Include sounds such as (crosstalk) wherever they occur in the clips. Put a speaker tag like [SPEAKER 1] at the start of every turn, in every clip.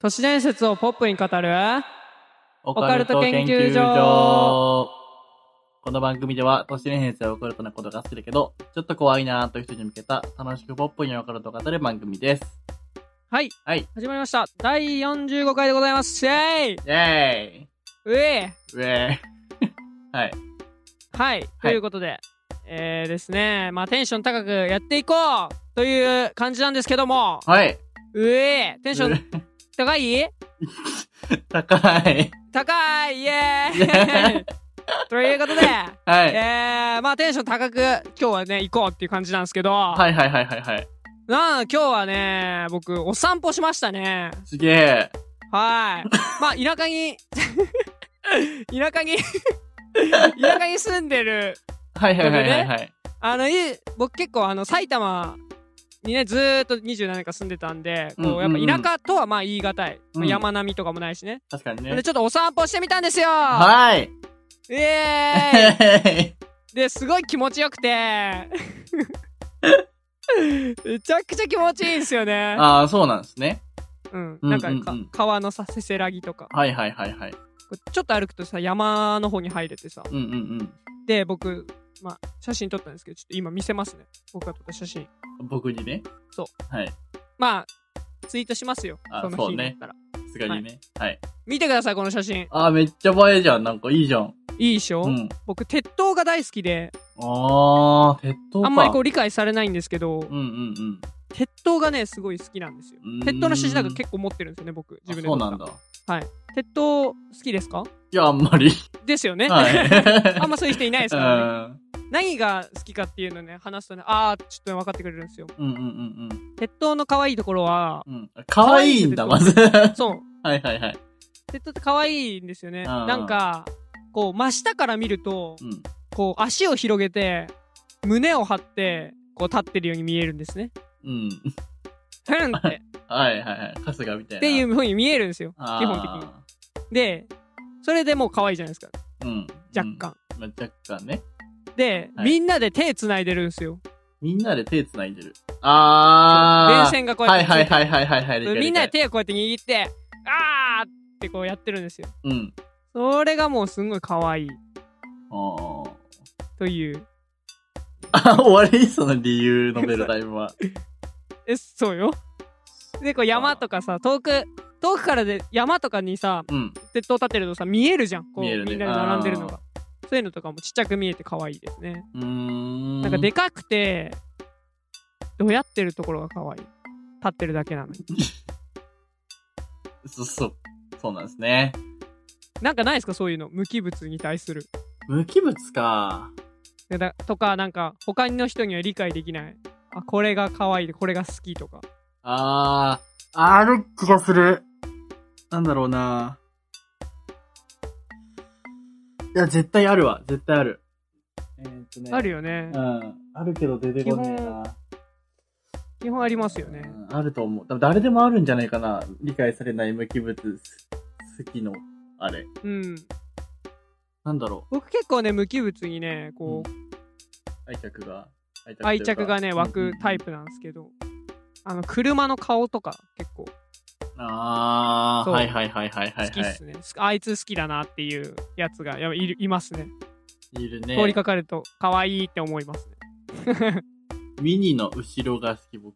[SPEAKER 1] 都市伝説をポップに語る
[SPEAKER 2] オ
[SPEAKER 1] カルト研究所
[SPEAKER 2] この番組では、都市伝説やオカルトなことが好きだけど、ちょっと怖いなぁという人に向けた、楽しくポップにオカルトを語る番組です。
[SPEAKER 1] はい。
[SPEAKER 2] はい。
[SPEAKER 1] 始まりました。第45回でございます。シェイ
[SPEAKER 2] イェーイ
[SPEAKER 1] うえ
[SPEAKER 2] ウェーイはい。
[SPEAKER 1] はい。ということで、えーですね、まあテンション高くやっていこうという感じなんですけども、
[SPEAKER 2] はい。
[SPEAKER 1] うえテンション高い
[SPEAKER 2] 高い。
[SPEAKER 1] 高いイエ
[SPEAKER 2] イエ
[SPEAKER 1] ーイ (laughs) ということで、
[SPEAKER 2] はい。
[SPEAKER 1] えー、まあテンション高く今日はね、行こうっていう感じなんですけど、
[SPEAKER 2] はいはいはいはいはい。
[SPEAKER 1] なあ、今日はね、僕、お散歩しましたね。
[SPEAKER 2] すげえ。
[SPEAKER 1] はい。まあ、田舎に、 (laughs) 田舎に、田舎に住んでる、
[SPEAKER 2] はいはいはいはいはい。
[SPEAKER 1] あの、い僕結構あの、埼玉にね、ずーっと27年間住んでたんで、こう、
[SPEAKER 2] うんうんうん
[SPEAKER 1] やっぱ田舎とはまあ言い難い。まあ
[SPEAKER 2] うん
[SPEAKER 1] 山並みとかもないしね。
[SPEAKER 2] 確かにね
[SPEAKER 1] で、。ちょっとお散歩してみたんですよ
[SPEAKER 2] はい。
[SPEAKER 1] イエー
[SPEAKER 2] え
[SPEAKER 1] イで、すごい気持ちよくて、めちゃくちゃ気持ちいいんですよね。
[SPEAKER 2] ああ、そうなんですね。
[SPEAKER 1] うん。
[SPEAKER 2] うん
[SPEAKER 1] なんか
[SPEAKER 2] うん
[SPEAKER 1] か
[SPEAKER 2] うん
[SPEAKER 1] 川のさ、せせらぎとか。
[SPEAKER 2] はいはいはいはい。
[SPEAKER 1] こうちょっと歩くとさ、山の方に入れてさ。
[SPEAKER 2] うんうんうん。
[SPEAKER 1] で、僕、まあ、写真撮ったんですけど、ちょっと今見せますね。僕が撮った写真。
[SPEAKER 2] 僕にね。。
[SPEAKER 1] そう
[SPEAKER 2] はい。
[SPEAKER 1] まあ、ツイートしますよ。
[SPEAKER 2] あ
[SPEAKER 1] その
[SPEAKER 2] そ
[SPEAKER 1] 日
[SPEAKER 2] う
[SPEAKER 1] だ
[SPEAKER 2] ね
[SPEAKER 1] ったら。
[SPEAKER 2] さすがにね。はい。
[SPEAKER 1] 見てください、この写真。
[SPEAKER 2] あー、めっちゃ映えじゃん。なんかいいじゃん。
[SPEAKER 1] いいでしょ、
[SPEAKER 2] うん。
[SPEAKER 1] 僕、鉄塔が大好きで、
[SPEAKER 2] あー、鉄塔か。
[SPEAKER 1] あんまりこう理解されないんですけど、
[SPEAKER 2] うんうんうん。
[SPEAKER 1] 鉄塔がね、すごい好きなんですよ
[SPEAKER 2] うーん。
[SPEAKER 1] 鉄塔の写真なんか結構持ってるんですよね、僕。自分で
[SPEAKER 2] あそ
[SPEAKER 1] 撮
[SPEAKER 2] う
[SPEAKER 1] っ
[SPEAKER 2] な
[SPEAKER 1] た
[SPEAKER 2] んだ。
[SPEAKER 1] 鉄塔好きですか
[SPEAKER 2] いや、あんまり。
[SPEAKER 1] ですよね。
[SPEAKER 2] はい。
[SPEAKER 1] (laughs) あんまそういう人いないですからね。
[SPEAKER 2] ね。
[SPEAKER 1] 何が好きかっていうのね、話すとね、あー、ちょっと分かってくれるんですよ。
[SPEAKER 2] (laughs) うんうんうん
[SPEAKER 1] 鉄塔の可愛いところは、
[SPEAKER 2] うん。うん。かわいいんだ、まず。 (laughs) は
[SPEAKER 1] そう、
[SPEAKER 2] いはいはい。
[SPEAKER 1] 鉄塔って可愛いんですよね。
[SPEAKER 2] ん
[SPEAKER 1] なんか、こう、真下から見ると
[SPEAKER 2] う、ん。
[SPEAKER 1] こう、足を広げて、胸を張って、こう、立ってるように見えるんですね。
[SPEAKER 2] うん。
[SPEAKER 1] ふんって、っ
[SPEAKER 2] (laughs) はいはいはい。春日みたいな。
[SPEAKER 1] ていう
[SPEAKER 2] う、
[SPEAKER 1] 風に見えるんですよ。基本的に。で、それでもう可愛いじゃないですか。
[SPEAKER 2] 的に。うん。
[SPEAKER 1] 若干。
[SPEAKER 2] うん。まあ、若干ね。
[SPEAKER 1] で、
[SPEAKER 2] はい
[SPEAKER 1] みんなで手繋いでるんですよ。
[SPEAKER 2] みんなで手繋いでる。あー。
[SPEAKER 1] 電線がこうや
[SPEAKER 2] は
[SPEAKER 1] っ
[SPEAKER 2] い
[SPEAKER 1] て。
[SPEAKER 2] はいはいはいはいはい。理解
[SPEAKER 1] みんなで
[SPEAKER 2] 理解
[SPEAKER 1] 手をこうやって握って、あーってこうやってるんですよ。
[SPEAKER 2] うん。
[SPEAKER 1] それがもうすんごい可愛い
[SPEAKER 2] あー。
[SPEAKER 1] という。
[SPEAKER 2] あ、 (laughs) 終わりその理由述べるタイムは。
[SPEAKER 1] え、そうよ。で、こう山とかさ、遠く、遠くからで山とかにさ、
[SPEAKER 2] うん。
[SPEAKER 1] 鉄塔立てるとさ見えるじゃんこう、
[SPEAKER 2] 見えるね
[SPEAKER 1] みんなで並んでるのがそういうのとかもちっちゃく見えて可愛いですね、
[SPEAKER 2] うーん。
[SPEAKER 1] なんかでかくてどやってるところが可愛い立ってるだけなのに
[SPEAKER 2] そ、そう。そうなんですね。
[SPEAKER 1] なんかないですかそういうの無機物に対する
[SPEAKER 2] 無機物か。
[SPEAKER 1] でだとかなんか他の人には理解できないあこれが可愛いでこれが好きとか
[SPEAKER 2] あー、ある気がする。なんだろうな。いや、絶対あるわ。絶対ある。えーっとね。
[SPEAKER 1] あるよ
[SPEAKER 2] う
[SPEAKER 1] ね
[SPEAKER 2] ん。あるけど出てこねえな。
[SPEAKER 1] 基本ありますよね
[SPEAKER 2] うん。あると思う。多分誰でもあるんじゃないかな。理解されない無機物好きの、あれ。
[SPEAKER 1] うん
[SPEAKER 2] なんだろ
[SPEAKER 1] 僕結構ね無機物にねこう、
[SPEAKER 2] う。愛着が。愛着というか
[SPEAKER 1] 愛着がね湧くタイ。
[SPEAKER 2] うんうん
[SPEAKER 1] プなんですけど、あの車の顔とか結構
[SPEAKER 2] ああ、
[SPEAKER 1] そう
[SPEAKER 2] はいはいはいはいはい、
[SPEAKER 1] 好きっ
[SPEAKER 2] は
[SPEAKER 1] すね、あいつ好きだなっていうやつがやっぱいるいますね
[SPEAKER 2] い。いるね。
[SPEAKER 1] 通りかかると可愛いって思いますね
[SPEAKER 2] ミニの後ろが好き、僕。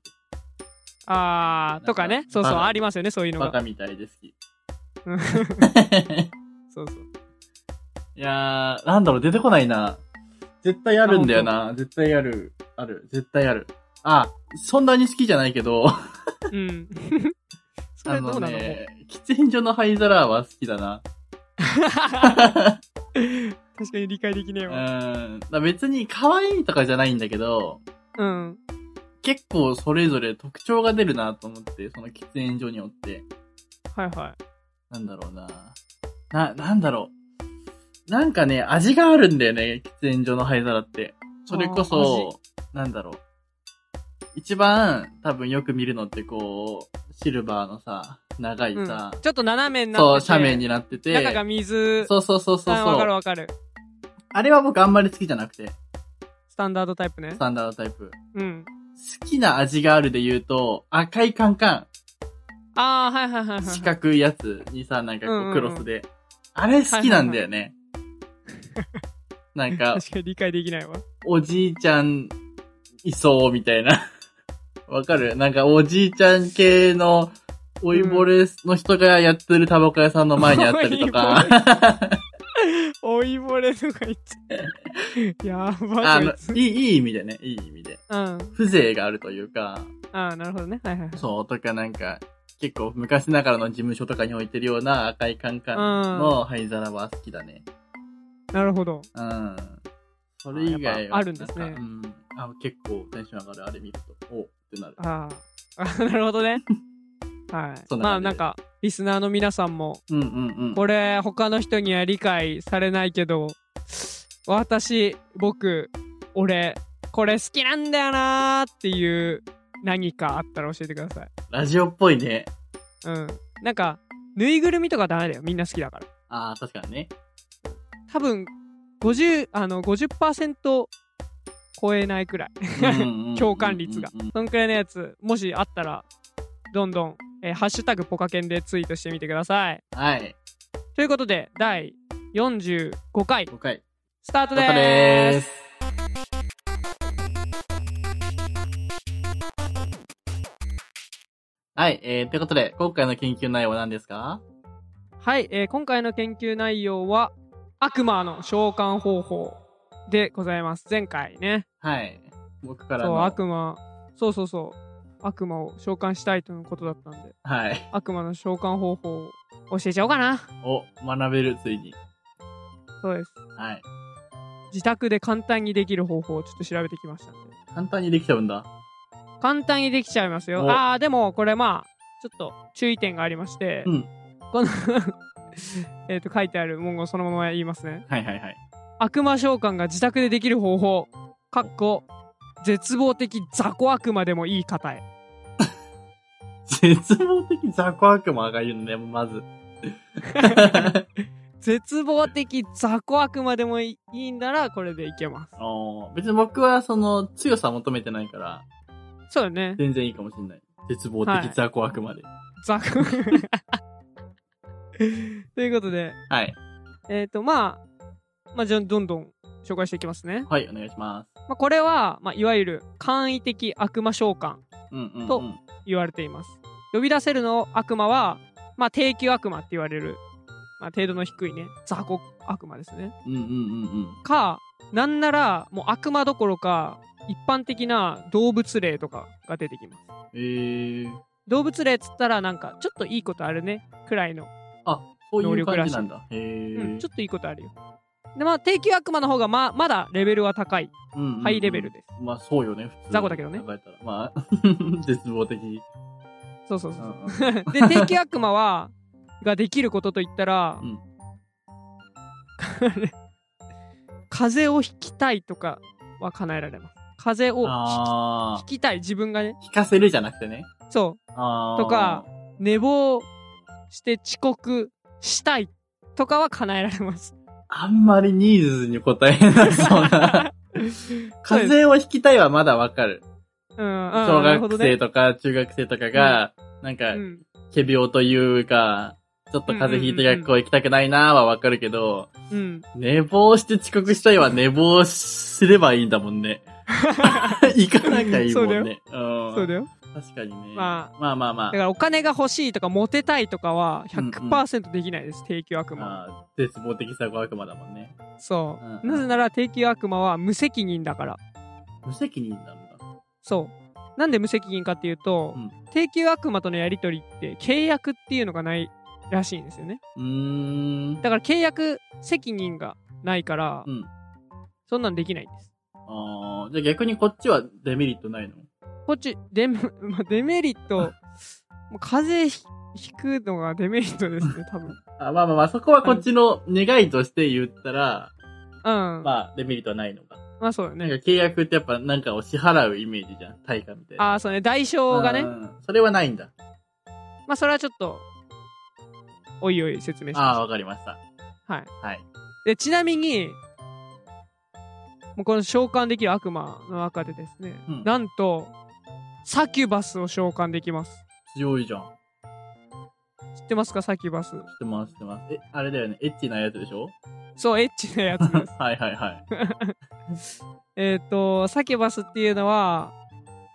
[SPEAKER 1] あーとかねそうそう
[SPEAKER 2] バカ
[SPEAKER 1] ありますよねそういうの
[SPEAKER 2] バ
[SPEAKER 1] が
[SPEAKER 2] カみたいで好き。
[SPEAKER 1] うんそうそう
[SPEAKER 2] いやー、なんだろう、出てこないな。絶対あるんだよな。絶対ある。ある。絶対ある。あ、そんなに好きじゃないけ
[SPEAKER 1] (laughs)
[SPEAKER 2] ど、
[SPEAKER 1] うん
[SPEAKER 2] (laughs)
[SPEAKER 1] そ
[SPEAKER 2] あ
[SPEAKER 1] れどう
[SPEAKER 2] の
[SPEAKER 1] なの
[SPEAKER 2] ね、喫煙所の灰皿は好きだな。
[SPEAKER 1] (laughs) 確かに理解できねえ
[SPEAKER 2] う
[SPEAKER 1] わ
[SPEAKER 2] ん。だ別に可愛いとかじゃないんだけど、
[SPEAKER 1] うん
[SPEAKER 2] 結構それぞれ特徴が出るなと思って、その喫煙所によって。
[SPEAKER 1] はいは
[SPEAKER 2] なんだろうな。な、なんだろう。なんかね、味があるんだよね、喫煙所の灰皿って。それこそ、なんだろう。一番多分よく見るのってこう、シルバーのさ、長い
[SPEAKER 1] い、うん、ち
[SPEAKER 2] さ、
[SPEAKER 1] ょっと斜めにな
[SPEAKER 2] そう、
[SPEAKER 1] ってて
[SPEAKER 2] 斜面になってて、
[SPEAKER 1] 中が水
[SPEAKER 2] そうそうそうそう
[SPEAKER 1] あわ
[SPEAKER 2] そ
[SPEAKER 1] かる
[SPEAKER 2] う。
[SPEAKER 1] わかる
[SPEAKER 2] あれは僕あんまり好きじゃなくて、
[SPEAKER 1] スタンダードタイプね
[SPEAKER 2] スタンダードタイプ。
[SPEAKER 1] うん
[SPEAKER 2] 好きな味があるで言うと、赤いカンカン。
[SPEAKER 1] ああ、はいはいはいはい。
[SPEAKER 2] 四角いやつにさ、なんか
[SPEAKER 1] うんうん
[SPEAKER 2] こ
[SPEAKER 1] う
[SPEAKER 2] うんクロスで。あれ好きなんだよね。なんか、
[SPEAKER 1] 確かに理解できないわ。
[SPEAKER 2] おじいちゃん、いそう、みたいな。 (laughs) わかるなんか、おじいちゃん系の、おいぼれの人がやってるタバコ屋さんの前にあったり
[SPEAKER 1] (laughs)
[SPEAKER 2] とか。
[SPEAKER 1] おいぼれとか言って。やば
[SPEAKER 2] あ
[SPEAKER 1] い
[SPEAKER 2] の
[SPEAKER 1] こいつ。
[SPEAKER 2] いい、いい意味でね、いい意味で。
[SPEAKER 1] うん。
[SPEAKER 2] 風情があるというか、
[SPEAKER 1] ああ、なるほどね。はいはいはい。
[SPEAKER 2] そう、とかなんか、結構昔ながらの事務所とかに置いてるような赤いカンカンの灰皿は好きだね。
[SPEAKER 1] なるほど。
[SPEAKER 2] うん。それ以
[SPEAKER 1] あやっ
[SPEAKER 2] 外は。
[SPEAKER 1] ぱあるんですね
[SPEAKER 2] なかうん。あ、結構テンション上がる、あれ見ると。おってなる。
[SPEAKER 1] あああ。なるほどね。はい。
[SPEAKER 2] そんな感じで
[SPEAKER 1] まあなんか、リスナーの皆さんも、
[SPEAKER 2] うんうんうん。
[SPEAKER 1] これ、他の人には理解されないけど、私、僕、俺、これ好きなんだよなーっていう何かあったら教えてください。
[SPEAKER 2] ラジオっぽいね。
[SPEAKER 1] うん。なんか、ぬいぐるみとかダメだよ。みんな好きだから。
[SPEAKER 2] ああ、確かにね。
[SPEAKER 1] 多分、50、あの、50%超えないくらい。共感率が
[SPEAKER 2] うんうんうん。
[SPEAKER 1] そんくらいのやつ、もしあったら、どんどん、えーハッシュタグポカケンでツイートしてみてください。
[SPEAKER 2] はい。
[SPEAKER 1] ということで、第45回、
[SPEAKER 2] 5回。
[SPEAKER 1] スタート
[SPEAKER 2] ス
[SPEAKER 1] で
[SPEAKER 2] ター
[SPEAKER 1] ー
[SPEAKER 2] ト
[SPEAKER 1] す
[SPEAKER 2] でーす。はい。えー、ということで、今回の研究内容は何ですか
[SPEAKER 1] はい、えー今回の研究内容は、悪魔の召喚方法でございます。前回ね、
[SPEAKER 2] はい。僕から
[SPEAKER 1] そう、
[SPEAKER 2] の。
[SPEAKER 1] 悪魔、そうそうそう、悪魔を召喚したいとのことだったんで、
[SPEAKER 2] はい。
[SPEAKER 1] 悪魔の召喚方法を教えちゃおうかな。
[SPEAKER 2] を学べる、ついに。
[SPEAKER 1] そうです。
[SPEAKER 2] はい。
[SPEAKER 1] 自宅で簡単にできる方法をちょっと調べてきましたんで。
[SPEAKER 2] 簡単にできちゃうんだ。
[SPEAKER 1] 簡単にできちゃいますよ。
[SPEAKER 2] お
[SPEAKER 1] ああ、でもこれまあ、ちょっと注意点がありまして、
[SPEAKER 2] うん
[SPEAKER 1] この、 (laughs) えっと、書いてある文言をそのまま言いますね。
[SPEAKER 2] はいはいはい。
[SPEAKER 1] 悪魔召喚が自宅でできる方法、かっこ、絶望的雑魚悪魔でもいい方へ。
[SPEAKER 2] 絶望的雑魚悪魔がいるのね、ま
[SPEAKER 1] (laughs)
[SPEAKER 2] ず。
[SPEAKER 1] 絶望的雑魚悪魔でもいいんだら、これでいけます。
[SPEAKER 2] おー別に僕はその強さ求めてないから、
[SPEAKER 1] そうだね。
[SPEAKER 2] 全然いいかもしんない。絶望的雑魚悪魔で。
[SPEAKER 1] 雑 (laughs) 魚。ということで、
[SPEAKER 2] はい。
[SPEAKER 1] えっ、と、まあ、まあ、じゃあ、どんどん紹介していきますね。
[SPEAKER 2] はい、お願いしま
[SPEAKER 1] まあ、これは、まあ、いわゆる簡易的悪魔召喚
[SPEAKER 2] す。うんうん、うん。
[SPEAKER 1] と言われています。呼び出せるの悪魔は、まあ、低級悪魔って言われる、まあ、程度の低いね、雑魚悪魔ですね。
[SPEAKER 2] うんうんうんうん。
[SPEAKER 1] か、なんなら、もう悪魔どころか、一般的な動物霊とかが出てきます。
[SPEAKER 2] えー。
[SPEAKER 1] 動物霊っつったら、なんか、ちょっといいことあるね、くらいの。
[SPEAKER 2] あ、そういう感じなんだ。へ
[SPEAKER 1] う
[SPEAKER 2] ー。
[SPEAKER 1] ん、ちょっといいことあるよ。で、まあ、低級悪魔の方が、まあ、まだレベルは高い。
[SPEAKER 2] うんうんうん
[SPEAKER 1] ハイレベルです。
[SPEAKER 2] まあそうよね、普通に
[SPEAKER 1] 雑魚だけどね
[SPEAKER 2] 考えたら。まあ、 (laughs) 絶望的。
[SPEAKER 1] そうそうそうう。
[SPEAKER 2] んうん (laughs)
[SPEAKER 1] で、定期悪魔は、ができることといったら、
[SPEAKER 2] うん
[SPEAKER 1] 風邪をひきたいとかは叶えられます。風邪を
[SPEAKER 2] あ
[SPEAKER 1] ひきたい自分がね、
[SPEAKER 2] ー。引かせるじゃなくてね。
[SPEAKER 1] そ
[SPEAKER 2] あー。
[SPEAKER 1] とか、う、寝坊して遅刻したいとかは叶えられます。
[SPEAKER 2] あんまりニーズに応えなそ
[SPEAKER 1] (laughs)
[SPEAKER 2] うな。風邪をひきたいはまだわかる。
[SPEAKER 1] うん、うん、
[SPEAKER 2] 小
[SPEAKER 1] なるほ
[SPEAKER 2] 学
[SPEAKER 1] ど
[SPEAKER 2] 生
[SPEAKER 1] ね。
[SPEAKER 2] とか中学生とかが、なんか
[SPEAKER 1] う、ん、
[SPEAKER 2] 仮病というか、ちょっと風邪ひいて学校行きたくないなーはわかるけど、
[SPEAKER 1] うん。
[SPEAKER 2] 寝坊して遅刻したいは寝坊すればいいんだも
[SPEAKER 1] (laughs)
[SPEAKER 2] んね。行かなきゃいい
[SPEAKER 1] そ
[SPEAKER 2] もん
[SPEAKER 1] うだ
[SPEAKER 2] ね。うん
[SPEAKER 1] そうだよ。
[SPEAKER 2] 確かにね。
[SPEAKER 1] ま
[SPEAKER 2] まあまあま
[SPEAKER 1] だ
[SPEAKER 2] あ
[SPEAKER 1] からお金が欲しいとかモテたいとかは
[SPEAKER 2] うんうん
[SPEAKER 1] 100%できないです、定期悪魔は。
[SPEAKER 2] まあ。絶望的さが悪魔だもんね。
[SPEAKER 1] そ
[SPEAKER 2] うんう
[SPEAKER 1] う。
[SPEAKER 2] ん
[SPEAKER 1] なぜなら定期悪魔は無責任だから。
[SPEAKER 2] 無責任なんだ。
[SPEAKER 1] そう。なんで無責任かっていうと、
[SPEAKER 2] うん
[SPEAKER 1] 定休悪魔とのやり取りって契約っていうのがないらしいんですよね。
[SPEAKER 2] うーん。
[SPEAKER 1] だから契約責任がないから、
[SPEAKER 2] うん。
[SPEAKER 1] そんなんできないんです。
[SPEAKER 2] ああ、じゃあ逆にこっちはデメリットないの
[SPEAKER 1] こっち、デメ (laughs) まあデメリット、もう風邪ひひくのがデメリットです
[SPEAKER 2] (laughs)
[SPEAKER 1] ね、多分。
[SPEAKER 2] あまあまあまあ、そこはこっちの願いとして言ったら、
[SPEAKER 1] うん。まあ、
[SPEAKER 2] まあ、デメリットはないのか。
[SPEAKER 1] そうだ
[SPEAKER 2] なんか
[SPEAKER 1] ね。
[SPEAKER 2] 契約ってやっぱなんかを支払うイメージじゃん。対価みたいな。あ、
[SPEAKER 1] ああ、そうね。代償がね。
[SPEAKER 2] それはないんだ。
[SPEAKER 1] まあ、それはちょっと、おいおい説明し
[SPEAKER 2] ああ、
[SPEAKER 1] ま
[SPEAKER 2] わかりました。
[SPEAKER 1] す。はい。
[SPEAKER 2] はい。
[SPEAKER 1] で、ちなみに、もうこの召喚できる悪魔の中でですね、
[SPEAKER 2] うん
[SPEAKER 1] なんと、サキュバスを召喚できます。
[SPEAKER 2] 強いじゃん。
[SPEAKER 1] 知ってますかサキュバス。
[SPEAKER 2] ってます、知ってます。え、あれだよね。エッチなやつで
[SPEAKER 1] (laughs)
[SPEAKER 2] しょ
[SPEAKER 1] そう、エッチなやつ
[SPEAKER 2] (laughs)
[SPEAKER 1] です。
[SPEAKER 2] はいはいはい。
[SPEAKER 1] えっと、サキュバスっていうのは、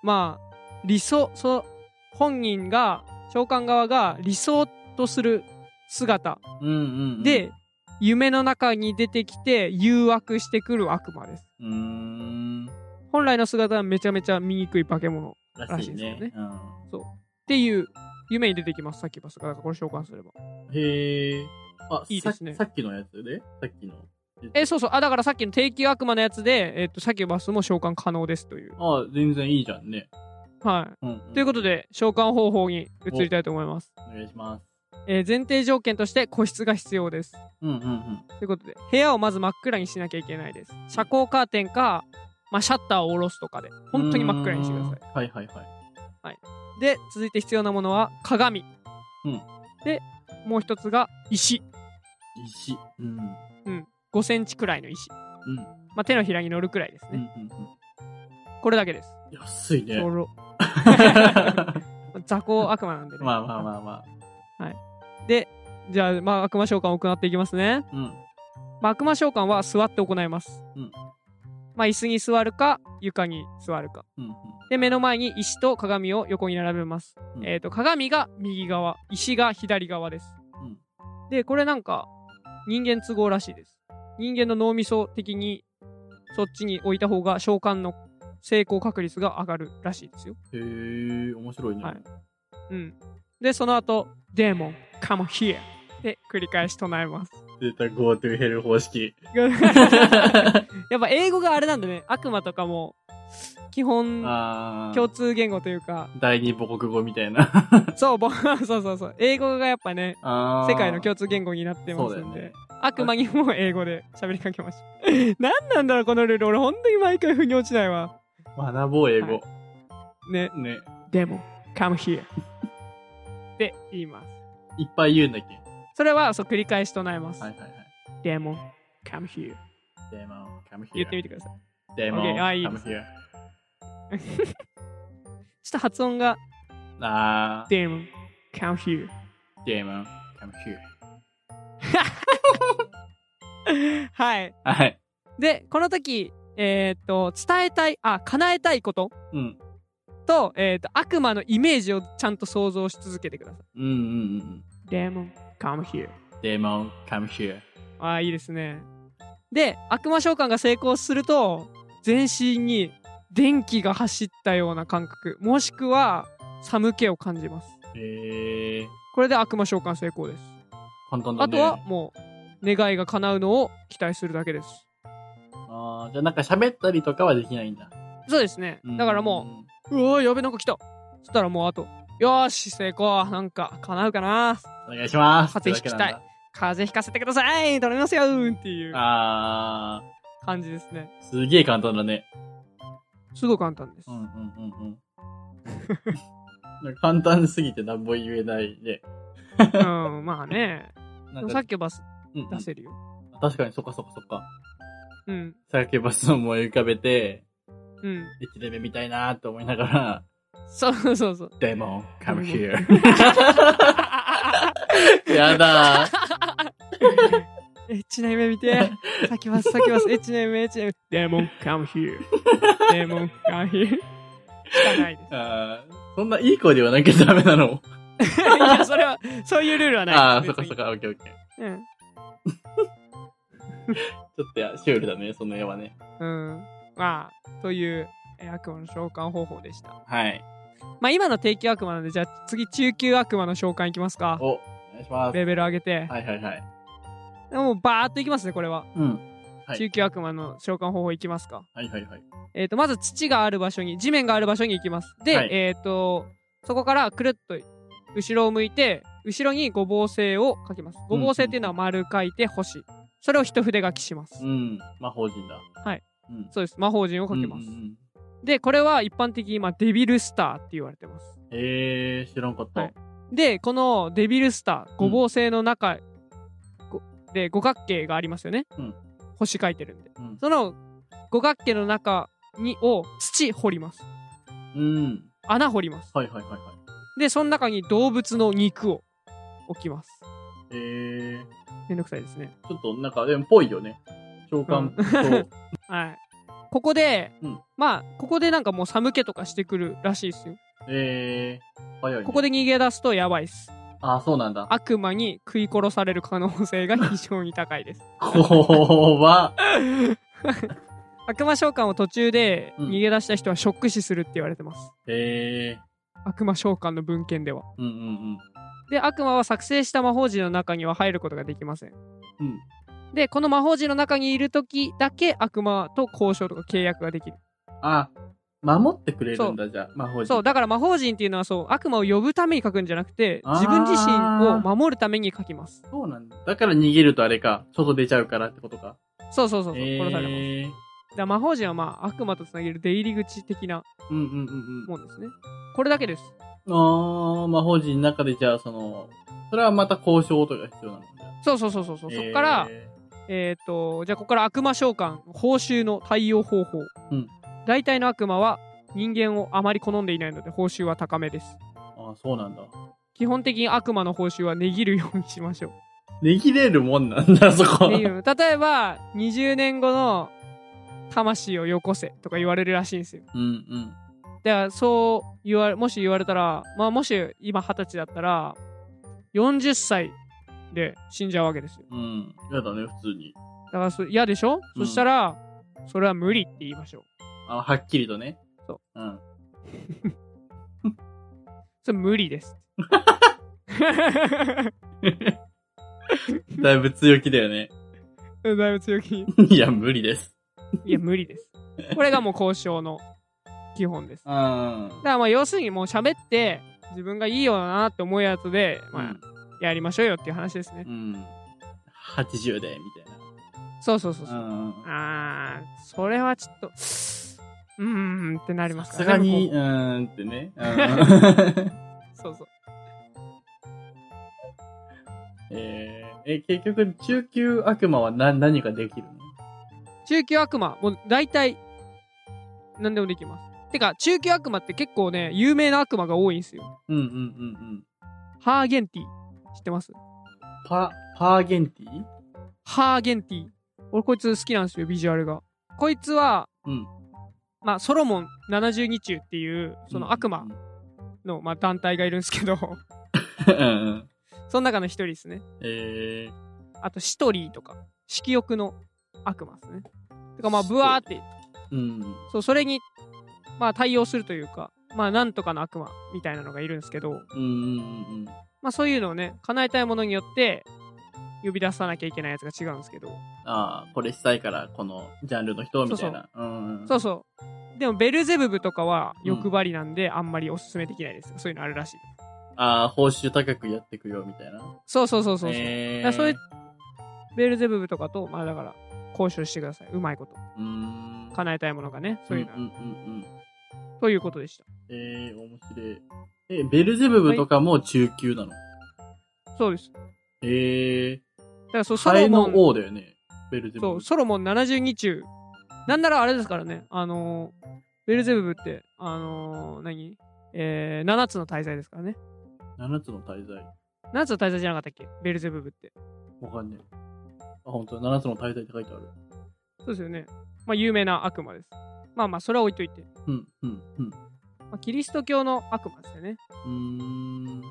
[SPEAKER 1] まあ、理想、そ本人が、召喚側が理想とする姿
[SPEAKER 2] うんうん、うん。
[SPEAKER 1] で、、夢の中に出てきて誘惑してくる悪魔です。
[SPEAKER 2] うーん。
[SPEAKER 1] 本来の姿はめちゃめちゃ醜い化け物っ
[SPEAKER 2] らしいね。
[SPEAKER 1] らしいです
[SPEAKER 2] うん。
[SPEAKER 1] ていう夢に出てきます、サキュバスが。だからこれ召喚すれば。
[SPEAKER 2] へえ。あ、
[SPEAKER 1] いいですね
[SPEAKER 2] ささっきのやつでさっきの。
[SPEAKER 1] え、そうそう。あ、だからさっきの低級悪魔のやつで、えっと、サキュバスも召喚可能ですという。
[SPEAKER 2] あ全然いいじゃんね。
[SPEAKER 1] はい。
[SPEAKER 2] うん、うん。
[SPEAKER 1] ということで、召喚方法に移りたいと思います。
[SPEAKER 2] お願いします。
[SPEAKER 1] えー前提条件として個室が必要です。
[SPEAKER 2] うんうんうん。
[SPEAKER 1] ということで、部屋をまず真っ暗にしなきゃいけないです。遮光カーテンか、まあ、シャッターを下ろすとかで、本当に真っ暗にしてください。
[SPEAKER 2] い。はいはいはい。
[SPEAKER 1] で、続いて必要なものは鏡。
[SPEAKER 2] うん
[SPEAKER 1] で、もう一つが石。
[SPEAKER 2] 石。うん。うん。
[SPEAKER 1] 5センチくらいの石。ま
[SPEAKER 2] うん
[SPEAKER 1] あ、手のひらに乗るくらいです
[SPEAKER 2] うんう
[SPEAKER 1] ね。
[SPEAKER 2] ん。
[SPEAKER 1] これだけです。
[SPEAKER 2] 安いね
[SPEAKER 1] そ。ろ雑魚悪魔なんでね。
[SPEAKER 2] (laughs) まあまあまあまあ。
[SPEAKER 1] で、じゃあ、まあ、悪魔召喚を行っていきますね。
[SPEAKER 2] うん。
[SPEAKER 1] まあ、悪魔召喚は座って行います。
[SPEAKER 2] うん
[SPEAKER 1] まあ、椅子に座るか、床に座るか。
[SPEAKER 2] うんうん。
[SPEAKER 1] で、目の前に石と鏡を横に並べます。
[SPEAKER 2] うん
[SPEAKER 1] えっ、と、鏡が右側、石が左側です。
[SPEAKER 2] うん
[SPEAKER 1] で、これなんか、人間都合らしいです。人間の脳みそ的に、そっちに置いた方が召喚の成功確率が上がるらしいですよ。
[SPEAKER 2] へえ、面白いね。
[SPEAKER 1] はいうん。で、その後、デーモン、come here! で、繰り返し唱えます。
[SPEAKER 2] 出た GoTo ヘル
[SPEAKER 1] (laughs)
[SPEAKER 2] 方式。
[SPEAKER 1] やっぱ英語があれなんだね。悪魔とかも、基本、
[SPEAKER 2] あ
[SPEAKER 1] 共
[SPEAKER 2] あ。
[SPEAKER 1] 通言語というか、
[SPEAKER 2] 第二母国語みたい
[SPEAKER 1] (laughs)
[SPEAKER 2] な。
[SPEAKER 1] そう、ぼそうそうそう。英語がやっぱね、
[SPEAKER 2] あー
[SPEAKER 1] 世界の共通言語になってます
[SPEAKER 2] そ
[SPEAKER 1] ん
[SPEAKER 2] うだ
[SPEAKER 1] で、
[SPEAKER 2] よね
[SPEAKER 1] 悪魔にも英語で (laughs) 喋りかけました。何なんだろう、このルール。俺、本当に毎回腑に落ちないわ。
[SPEAKER 2] 学ぼう、英語。
[SPEAKER 1] ね。
[SPEAKER 2] ね。
[SPEAKER 1] でも、come here. って言います。
[SPEAKER 2] いっぱい言うんだっけ
[SPEAKER 1] それは、そう、繰り返し唱えます。
[SPEAKER 2] はいはいはい。
[SPEAKER 1] でも、come here.
[SPEAKER 2] デーモン、come here.
[SPEAKER 1] 言ってみてください。
[SPEAKER 2] デーモン、
[SPEAKER 1] OK あーいい
[SPEAKER 2] come
[SPEAKER 1] です
[SPEAKER 2] here.
[SPEAKER 1] ちょっと発音が、
[SPEAKER 2] あー、
[SPEAKER 1] でも、come here.
[SPEAKER 2] デーモン、come here.
[SPEAKER 1] (laughs) はい。
[SPEAKER 2] はい。
[SPEAKER 1] で、この時、えーっと、伝えたい、あ、叶えたいこと
[SPEAKER 2] うん。
[SPEAKER 1] と、えーっと、悪魔のイメージをちゃんと想像し続けてくださ
[SPEAKER 2] うんうんうん
[SPEAKER 1] い。デーモン、come here.
[SPEAKER 2] うん。デーモン、come here.
[SPEAKER 1] ああ、いいですね。で、悪魔召喚が成功すると、全身に電気が走ったような感覚、もしくは寒気を感じます。
[SPEAKER 2] えー、
[SPEAKER 1] これで悪魔召喚成功です。
[SPEAKER 2] 簡単だ
[SPEAKER 1] あ
[SPEAKER 2] ね。
[SPEAKER 1] とはもう、願いが叶うのを期待するだけです。
[SPEAKER 2] あーじゃあなんか喋ったりとかはできないんだ。
[SPEAKER 1] そうですね。だからもう、うわーやべなんか来たそしたらもうあとよーし成功なんか叶うかな
[SPEAKER 2] うん。お願いします。
[SPEAKER 1] 風邪ひきたい
[SPEAKER 2] ってだけ
[SPEAKER 1] 風邪ひかせてください頼みますよーんってい
[SPEAKER 2] なん
[SPEAKER 1] う
[SPEAKER 2] だ。あ
[SPEAKER 1] 感じですね
[SPEAKER 2] ー、すげえ簡単だね。
[SPEAKER 1] すごい簡単です、
[SPEAKER 2] うんうんうんうん。なんか簡単すぎてなんぼ言えないで。
[SPEAKER 1] うん、まあね
[SPEAKER 2] (laughs)
[SPEAKER 1] で
[SPEAKER 2] なん
[SPEAKER 1] も
[SPEAKER 2] か
[SPEAKER 1] さっきバス
[SPEAKER 2] うんうん
[SPEAKER 1] 出せるよ
[SPEAKER 2] 確かにそっかそっかそっか。
[SPEAKER 1] うん
[SPEAKER 2] さっきバスを思い浮かべて、
[SPEAKER 1] うん
[SPEAKER 2] 一レベ見たいなーと思いなが
[SPEAKER 1] (laughs)
[SPEAKER 2] ら、
[SPEAKER 1] そうそうそう
[SPEAKER 2] デモン、come
[SPEAKER 1] デ
[SPEAKER 2] here.
[SPEAKER 1] (laughs)
[SPEAKER 2] やだー。
[SPEAKER 1] エッチな夢見てさっきバスさっきバスエッチな夢エッチな夢デモン come here デモン come here しかない
[SPEAKER 2] (laughs)
[SPEAKER 1] です
[SPEAKER 2] あーそんないい子ではなきゃダメなの
[SPEAKER 1] いやそれはそういうルールはないです
[SPEAKER 2] ああ、そ
[SPEAKER 1] 別
[SPEAKER 2] っか
[SPEAKER 1] に
[SPEAKER 2] そっか、オッケーオッケー。
[SPEAKER 1] うん
[SPEAKER 2] ちょっとやシュールだね、その絵はね。
[SPEAKER 1] うん。まあ、という、えー悪魔の召喚方法でした。
[SPEAKER 2] はい。
[SPEAKER 1] まあ、今の低級悪魔なんで、じゃあ次、中級悪魔の召喚いきますか。
[SPEAKER 2] お、お願いします。
[SPEAKER 1] レベル上げて。
[SPEAKER 2] はいはいはい。
[SPEAKER 1] もう、バーっといきますね、これは。
[SPEAKER 2] うん。はい
[SPEAKER 1] 中級悪魔の召喚方法いきますか。
[SPEAKER 2] はいはいはい。
[SPEAKER 1] えっ、と、まず土がある場所に、地面がある場所に行きます。で、
[SPEAKER 2] はい
[SPEAKER 1] えっ、と、そこからくるっと後ろを向いて、後ろに五芒星を書きます。五芒星っていうのは丸書いて星。それを一筆書きします。
[SPEAKER 2] うん。魔法人だ。
[SPEAKER 1] はい。
[SPEAKER 2] うん。
[SPEAKER 1] そうです。魔法陣を書きます。
[SPEAKER 2] うんうんうん
[SPEAKER 1] で、これは一般的に今、デビルスターって言われてます。
[SPEAKER 2] えー、知らんかった。
[SPEAKER 1] はいで、このデビルスター、五芒星の中、ごで五角形がありますよね。
[SPEAKER 2] うん
[SPEAKER 1] 星書いてるんで。
[SPEAKER 2] うん。
[SPEAKER 1] その五角形の中にを土掘ります。
[SPEAKER 2] うん。
[SPEAKER 1] 穴掘ります。
[SPEAKER 2] はいはいはいはい。
[SPEAKER 1] で、その中に動物の肉を起きます。
[SPEAKER 2] えー、
[SPEAKER 1] めんどくさいですね。
[SPEAKER 2] ちょっとなんか、でもぽいよね。共感と、
[SPEAKER 1] はい。ここで、
[SPEAKER 2] うん
[SPEAKER 1] まあ、ここでなんかもう寒気とかしてくるらしいですよ。
[SPEAKER 2] (laughs) えー、早い、ね。
[SPEAKER 1] ここで逃げ出すとやばいっす。
[SPEAKER 2] あ、そうなんだ。
[SPEAKER 1] 悪魔に食い殺される可能性が非常に高いです。
[SPEAKER 2] 怖っ。
[SPEAKER 1] 悪魔召喚を途中で
[SPEAKER 2] うん
[SPEAKER 1] 逃げ出した人はショック死するって言われてます。
[SPEAKER 2] えー、
[SPEAKER 1] 悪魔召喚の文献では。
[SPEAKER 2] うんうん
[SPEAKER 1] で、悪魔は作成した魔法陣の中には入ることができません。
[SPEAKER 2] うん。うん。
[SPEAKER 1] で、この魔法陣の中にいる時だけ悪魔と交渉とか契約ができる。
[SPEAKER 2] あ、守ってくれるんだ、じゃあ、魔法陣。
[SPEAKER 1] そう、だから魔法陣っていうのはそう、悪魔を呼ぶために書くんじゃなくて、
[SPEAKER 2] あー
[SPEAKER 1] 自分自身を守るために書きます。
[SPEAKER 2] そうなんだ。だから逃げるとあれか、外出ちゃうからってことか。
[SPEAKER 1] そうそうそうそう、
[SPEAKER 2] えー
[SPEAKER 1] 殺されます。だから魔法陣はまあ、悪魔とつなげる出入り口的な
[SPEAKER 2] うんうんうんうん。
[SPEAKER 1] もんですね。これだけです。
[SPEAKER 2] あー、魔法陣の中でじゃあ、その、それはまた交渉とか必要なのね。
[SPEAKER 1] そうそうそうそうそう、
[SPEAKER 2] え
[SPEAKER 1] そ
[SPEAKER 2] ー
[SPEAKER 1] っから、、えっ、と、じゃあここから悪魔召喚、報酬の対応方法。
[SPEAKER 2] うん
[SPEAKER 1] 大体の悪魔は人間をあまり好んでいないので報酬は高めです。
[SPEAKER 2] あ、そうなんだ。
[SPEAKER 1] 基本的に悪魔の報酬は値切るようにしましょう。
[SPEAKER 2] ねぎれるもんなんだ、そこ (laughs)
[SPEAKER 1] って。いう例えば20年後の魂をよこせとか言われるらしいんですよ
[SPEAKER 2] うんうん。
[SPEAKER 1] だからそう言われもし言われたらまあもし今二十歳だったら40歳で死んじゃうわけですよ
[SPEAKER 2] うん。やだね、普通に。
[SPEAKER 1] だからそ嫌でしょ、
[SPEAKER 2] うん
[SPEAKER 1] そしたらそれは無理って言いましょう
[SPEAKER 2] あはっきりとね。。
[SPEAKER 1] そう
[SPEAKER 2] うん。
[SPEAKER 1] それ無理です
[SPEAKER 2] だいぶ強気だよね。 (laughs)
[SPEAKER 1] だいぶ強気
[SPEAKER 2] いや、無理です。
[SPEAKER 1] いや無理ですこれがもう交渉の基本です
[SPEAKER 2] うん。うん
[SPEAKER 1] だからまあ要するにもう喋って自分がいいよなって思うやつで、まあ、やりましょうよっていう話ですね。
[SPEAKER 2] うん。80で、みたい
[SPEAKER 1] そうそうそうそう。
[SPEAKER 2] な。うん。
[SPEAKER 1] あー、それはちょっと、うーんってなりま
[SPEAKER 2] さ
[SPEAKER 1] す
[SPEAKER 2] す
[SPEAKER 1] か
[SPEAKER 2] が
[SPEAKER 1] ね
[SPEAKER 2] に、
[SPEAKER 1] で
[SPEAKER 2] う
[SPEAKER 1] もこ
[SPEAKER 2] ーんってね。
[SPEAKER 1] (laughs)
[SPEAKER 2] うん。
[SPEAKER 1] うそうそう。
[SPEAKER 2] えー、え、結局、中級悪魔はな、何ができるの
[SPEAKER 1] 中級悪魔、もう大体、何でもできます。てか、中級悪魔って結構ね、有名な悪魔が多いんですよ。
[SPEAKER 2] うんうんうんうん。
[SPEAKER 1] ハーゲンティ。知ってます
[SPEAKER 2] パ、パーゲンティ
[SPEAKER 1] ハーゲンティ。俺こいつ好きなんですよ、ビジュアルが。こいつは、
[SPEAKER 2] うん。
[SPEAKER 1] まあ、ソロモン72中っていう、その悪魔の、まあ、団体がいるんですけど、 (laughs)
[SPEAKER 2] うんうんうん。
[SPEAKER 1] その中の一人ですね。
[SPEAKER 2] えー、
[SPEAKER 1] あと、シトリーとか、色欲の悪魔ですね。てか、まあ、ブワーって、
[SPEAKER 2] うん。
[SPEAKER 1] そう、それに、まあ、対応するというか、まあ、なんとかの悪魔みたいなのがいるんですけど、
[SPEAKER 2] うんうんうんうん。
[SPEAKER 1] まあ、そういうのをね、叶えたいものによって、呼び出さなきゃいけないやつが違うんですけど、
[SPEAKER 2] ああ、これしたいから、このジャンルの人、みたいな。うんん。
[SPEAKER 1] そうそう。でも、ベルゼブブとかは欲張りなんで、あんまりおすすめできないです。そういうのあるらしい。
[SPEAKER 2] ああ、報酬高くやってくよ、みたいな。
[SPEAKER 1] そうそうそうそうそう。
[SPEAKER 2] え
[SPEAKER 1] だか
[SPEAKER 2] ー
[SPEAKER 1] らそういう、ベルゼブブとかと、まあ、だから、交渉してください。うまいこと。
[SPEAKER 2] うーん。
[SPEAKER 1] 叶えたいものがね、そういうのあ
[SPEAKER 2] う
[SPEAKER 1] る。
[SPEAKER 2] んうんうん。
[SPEAKER 1] ということでした。
[SPEAKER 2] えー、面白い。え、ベルゼブブとかも中級なの、
[SPEAKER 1] そうです。
[SPEAKER 2] え
[SPEAKER 1] だからそう、
[SPEAKER 2] ー、
[SPEAKER 1] ソ
[SPEAKER 2] ハ
[SPEAKER 1] ロ
[SPEAKER 2] エ
[SPEAKER 1] モ
[SPEAKER 2] の
[SPEAKER 1] ン、
[SPEAKER 2] 王だよね。ベルゼ
[SPEAKER 1] そ
[SPEAKER 2] ブ
[SPEAKER 1] う、
[SPEAKER 2] ブ。
[SPEAKER 1] ソロモン72中。なんならあれですからね、あのーベルゼブブって、あのー何えー、7つの大罪ですからね。
[SPEAKER 2] 7つの大罪。
[SPEAKER 1] 7つの大罪じゃなかったっけベルゼブブって。
[SPEAKER 2] わかんねえ。あ、ほんとだ、7つの大罪って書いてある。
[SPEAKER 1] そうですよね。まあ、有名な悪魔です。まあまあ、それは置いといて。
[SPEAKER 2] うん、うん、うん。
[SPEAKER 1] まあ、キリスト教の悪魔ですよね。
[SPEAKER 2] うーん。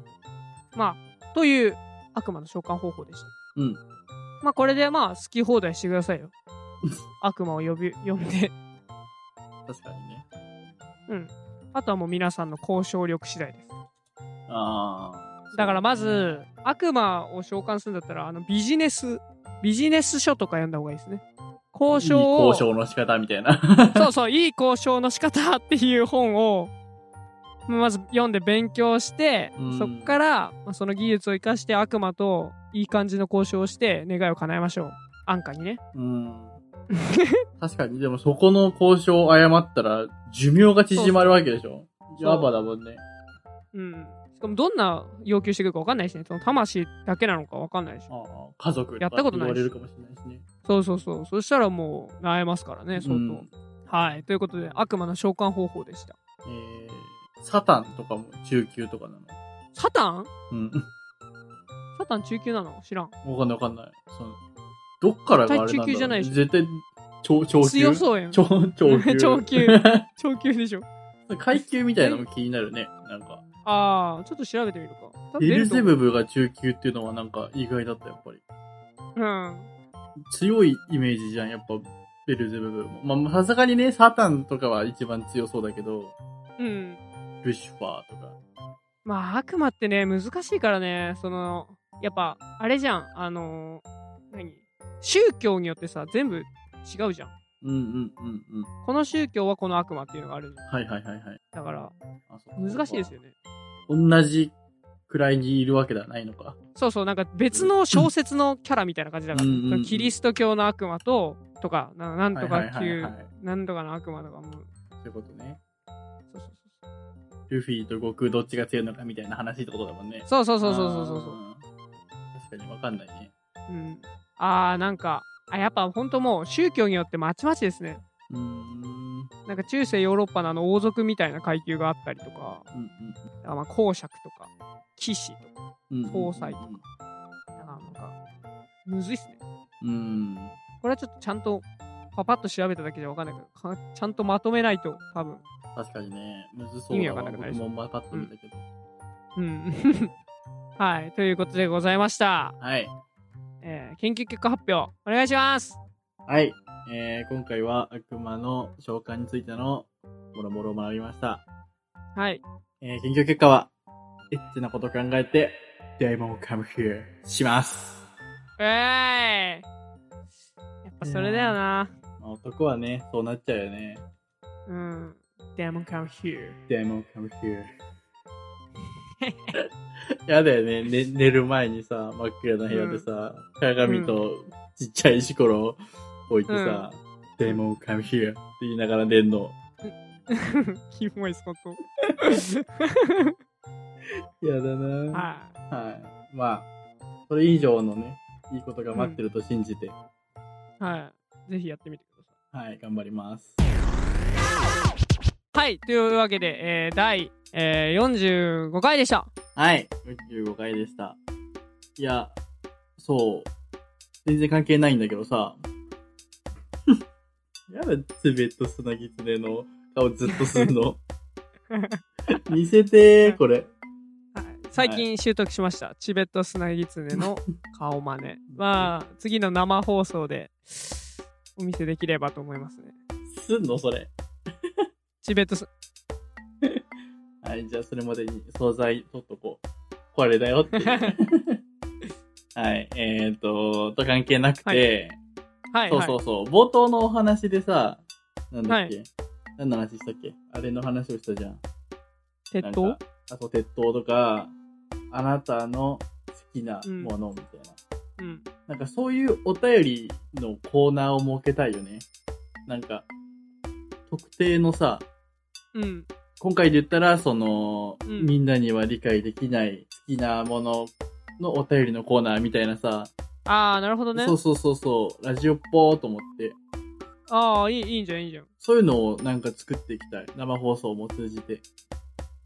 [SPEAKER 1] まあ、という悪魔の召喚方法でした。
[SPEAKER 2] うん。
[SPEAKER 1] まあ、これでまあ、好き放題してくださ
[SPEAKER 2] (laughs)
[SPEAKER 1] いよ。悪魔を呼び、 (laughs) 呼んで。
[SPEAKER 2] 確かにね。
[SPEAKER 1] うん。あとはもう皆さんの交渉力次第です。
[SPEAKER 2] あー。
[SPEAKER 1] だからまず、悪魔を召喚するんだったら、あの、ビジネス、ビジネス書とか読んだ方がいいですね。交渉
[SPEAKER 2] いい
[SPEAKER 1] を。
[SPEAKER 2] 交渉の仕方みたいな。
[SPEAKER 1] そうそう、いい交渉の仕方っていう本を、まず読んで勉強して
[SPEAKER 2] う、ん
[SPEAKER 1] そっから、まあその技術を活かして悪魔といい感じの交渉をして、願いを叶えましょう。安価にね。
[SPEAKER 2] うん。確かに、でもそこの交渉を誤ったら、寿命が縮まるわけでしょ。
[SPEAKER 1] そう
[SPEAKER 2] やばだもんね。
[SPEAKER 1] うん。しかもどんな要求してくるか分かんないしね。その魂だけなのか分かんないし。
[SPEAKER 2] ああ、家族
[SPEAKER 1] やったことないし
[SPEAKER 2] 言われるかもしれないしね。
[SPEAKER 1] そうそうそう。そしたらもう、萎えますからね、相当。
[SPEAKER 2] うん
[SPEAKER 1] はい。ということで、悪魔の召喚方法でした。
[SPEAKER 2] えー、サタンとかも中級とかなの。
[SPEAKER 1] サタン
[SPEAKER 2] うん。
[SPEAKER 1] タン中級なの知らん。
[SPEAKER 2] (laughs) わかんないわかんない。そのどっからがあれなん
[SPEAKER 1] 体
[SPEAKER 2] だろう
[SPEAKER 1] 中級じゃないでしょ
[SPEAKER 2] 絶対、超、超級。
[SPEAKER 1] 強そうやん。
[SPEAKER 2] 超、超級。
[SPEAKER 1] (laughs) 超級
[SPEAKER 2] (laughs)
[SPEAKER 1] 超級でしょ。
[SPEAKER 2] 階級みたいなのも気になるね。なんか、
[SPEAKER 1] ああ、ちょっと調べてみるか。多分
[SPEAKER 2] ベ
[SPEAKER 1] 出
[SPEAKER 2] ル
[SPEAKER 1] ると
[SPEAKER 2] ゼ
[SPEAKER 1] 思う
[SPEAKER 2] ブブが中級っていうのはなんか意外だった、やっぱり。
[SPEAKER 1] うん。
[SPEAKER 2] 強いイメージじゃん、やっぱ、ベルゼブブも。まあ、さすがにね、サタンとかは一番強そうだけど、
[SPEAKER 1] うん。
[SPEAKER 2] ルシファーとか。
[SPEAKER 1] まあ、悪魔ってね、難しいからね、その、やっぱ、あれじゃん。あのー何宗教によってさ、全部違うじゃん。
[SPEAKER 2] うんうんうんうん。
[SPEAKER 1] この宗教はこの悪魔っていうのがあるじゃん。
[SPEAKER 2] はいはいはいはい。
[SPEAKER 1] だから、
[SPEAKER 2] あそっか
[SPEAKER 1] 難しいですよね。
[SPEAKER 2] 同じくらいにいるわけではないのか。
[SPEAKER 1] そうそう、なんか別の小説のキャラみたいな感じだから、
[SPEAKER 2] うんうんうん
[SPEAKER 1] そのキリスト教の悪魔と、とか、ななんと
[SPEAKER 2] はい
[SPEAKER 1] か
[SPEAKER 2] はいはい
[SPEAKER 1] 級
[SPEAKER 2] は、い。
[SPEAKER 1] なんとかの悪魔とかもう、
[SPEAKER 2] そういうことね。
[SPEAKER 1] そうそう
[SPEAKER 2] ルフィと悟空どっちが強いのかみたいな話ってことだもんね。
[SPEAKER 1] そうそうそうそうそうそうそう。
[SPEAKER 2] あー確かにわかんないね。
[SPEAKER 1] うん、あーなんかあやっぱほんともう宗教によってまちまちですね
[SPEAKER 2] うーん。うん
[SPEAKER 1] なんか中世ヨーロッパのあの王族みたいな階級があったりとかあまあ公爵とか騎士とか
[SPEAKER 2] うんうん。
[SPEAKER 1] 総裁とかだからなんかむずいっすね
[SPEAKER 2] うん。
[SPEAKER 1] これはちょっとちゃんとパパッと調べただけじゃわかんないけどかちゃんとまとめないと多分
[SPEAKER 2] 確かにね。むずそうだ
[SPEAKER 1] 意味わかんなくなり
[SPEAKER 2] 僕
[SPEAKER 1] そう
[SPEAKER 2] もまあパッと見たけど。
[SPEAKER 1] うん (laughs) はいということでございました、
[SPEAKER 2] はい。
[SPEAKER 1] えー研究結果発表お願いします
[SPEAKER 2] はい。えー、今回は悪魔の召喚についてのもろもろを学びました。
[SPEAKER 1] はい
[SPEAKER 2] えー、研究結果は、エッチなこと考えて、Demon Come Here します。
[SPEAKER 1] えーいやっぱそれだよな
[SPEAKER 2] まあ、男はね、そうなっちゃうよね。
[SPEAKER 1] うん。Demon come here.
[SPEAKER 2] Demon Come Here。やだよねね。寝る前にさ、真っ暗な部屋でさ、鏡とちっちゃい石ころを置いてさ、Demon Come Here って言いながら寝んの。
[SPEAKER 1] (laughs) キモいスコッ
[SPEAKER 2] (laughs)
[SPEAKER 1] ト。
[SPEAKER 2] やだなぁ
[SPEAKER 1] は
[SPEAKER 2] はい。まあ、それ以上のね、いいことが待ってると信じて、
[SPEAKER 1] い。はい。ぜひやってみてくださ
[SPEAKER 2] はい、頑張ります。
[SPEAKER 1] い。はい。というわけで、えー、第、えー、45回でした。
[SPEAKER 2] はい、45回でした。いや、そう。全然関係ないんだけどさ。 (laughs) やだ、つべとすなぎつねの顔ずっとすん (laughs) の。見せてー、これ。
[SPEAKER 1] はい、最近習得しました。チベットスナギツネ
[SPEAKER 2] (laughs)
[SPEAKER 1] の顔真似。まあ、次の生放送でお見せできればと思いますね。
[SPEAKER 2] すんの、それ。
[SPEAKER 1] チベット (laughs) ス、
[SPEAKER 2] はい、じゃあそれまでに惣菜取っとこう。これだよっていう。 (laughs) はい、えーと、と関係なくて、
[SPEAKER 1] はいはい、
[SPEAKER 2] そう
[SPEAKER 1] はい。
[SPEAKER 2] そうそう、冒頭のお話でさ、なんだっけ、何の話したっけあれの話をしたじゃん。
[SPEAKER 1] 鉄
[SPEAKER 2] なん
[SPEAKER 1] 塔
[SPEAKER 2] かあと鉄塔とか、あなたの好きなものみたいな。
[SPEAKER 1] うん。
[SPEAKER 2] なんかそういうお便りのコーナーを設けたいよね。なんか、特定のさ、
[SPEAKER 1] うん。
[SPEAKER 2] 今回で言ったら、その、
[SPEAKER 1] うん
[SPEAKER 2] みんなには理解できない好きなもののお便りのコーナーみたいなさ、
[SPEAKER 1] ああ、なるほどね
[SPEAKER 2] そ。うそうそうそう、ラジオっぽーと思って、
[SPEAKER 1] ああ、いい、いいんじゃん、いいんじゃん。
[SPEAKER 2] そういうのをなんか作っていきたい。生放送も通じて。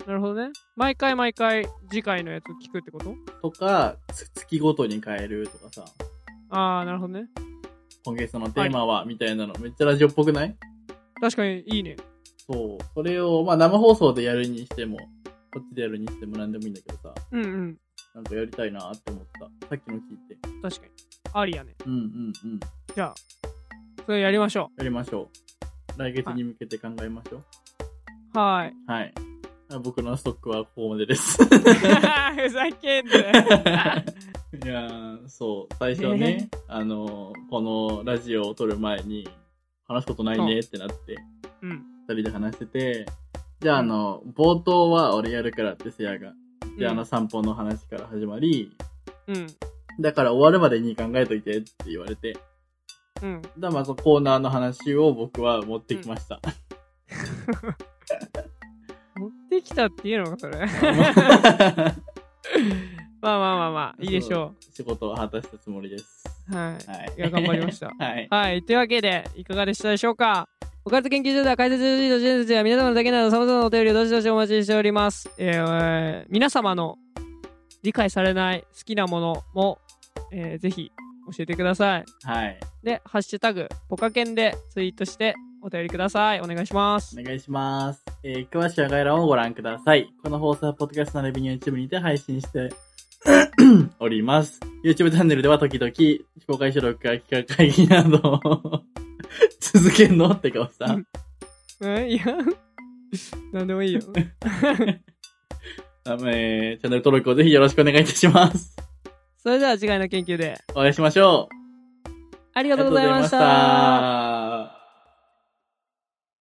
[SPEAKER 1] なるほどね。毎回毎回、次回のやつ聞くってこと
[SPEAKER 2] とか、つ月ごとに変えるとかさ、
[SPEAKER 1] ああ、なるほどね。
[SPEAKER 2] 今月のテーマはみたいなの、めっちゃラジオっぽくない
[SPEAKER 1] 確かにいいね。
[SPEAKER 2] そう。それを、まあ生放送でやるにしても、こっちでやるにしても何でもいいんだけどさ、
[SPEAKER 1] うんうん。
[SPEAKER 2] なんかやりたいなって思った。さっきの聞いて。
[SPEAKER 1] 確かに。ありやね。
[SPEAKER 2] うんうんうん。
[SPEAKER 1] じゃあ、それやりましょ
[SPEAKER 2] やりましょう。来月に向けて考えましょう。
[SPEAKER 1] う。は
[SPEAKER 2] (laughs)
[SPEAKER 1] ーい。
[SPEAKER 2] はい。あ僕のストックはここまでです。
[SPEAKER 1] ふざけんで。
[SPEAKER 2] (laughs) いやーそう、最初ね、あのーこのラジオを撮る前に、話すことないねってなって、
[SPEAKER 1] うん。
[SPEAKER 2] 二人で話してて、じゃあ、あの、冒頭は俺やるからって、せやが。じゃあ、あの、散歩の話から始まり、
[SPEAKER 1] うん。
[SPEAKER 2] だから終わるまでに考えといてって言われて、
[SPEAKER 1] うん。
[SPEAKER 2] だまあ、そのコーナーの話を僕は持ってきました。
[SPEAKER 1] 持ってきたっていうのか、それ。 (laughs) まあまあまあまあ、いいでしょ
[SPEAKER 2] (laughs) 仕事を果たしたつもりです。
[SPEAKER 1] う。はい。
[SPEAKER 2] はい。
[SPEAKER 1] いや頑張りました。
[SPEAKER 2] (laughs) はい。
[SPEAKER 1] はい。というわけで、いかがでしたでしょうかオカルト研究所では解説の人生や皆様だけなど様々なお便りをどしどしお待ちしております。えー皆様の理解されない好きなものも、えーぜひ教えてください。
[SPEAKER 2] はい。
[SPEAKER 1] で、ハッシュタグ、ポカケンでツイートしてお便りください。お願いします。
[SPEAKER 2] お願いします。えー、詳しい概覧をご覧ください。この放送は、ポッドキャスト並びに YouTube にて配信して (coughs) おります。YouTube チャンネルでは時々、非公開収録や企画会議などを (laughs) 続けんのって顔
[SPEAKER 1] (laughs)
[SPEAKER 2] さ。
[SPEAKER 1] うんいや、 (laughs) なんでもい (laughs) いよ。
[SPEAKER 2] あえー、チャンネル登録をぜひよろしくお願いいたします。
[SPEAKER 1] それでは次回の研究で
[SPEAKER 2] お会いしましょう。
[SPEAKER 1] あり
[SPEAKER 2] あ
[SPEAKER 1] がとうございました。
[SPEAKER 2] りがとうございました。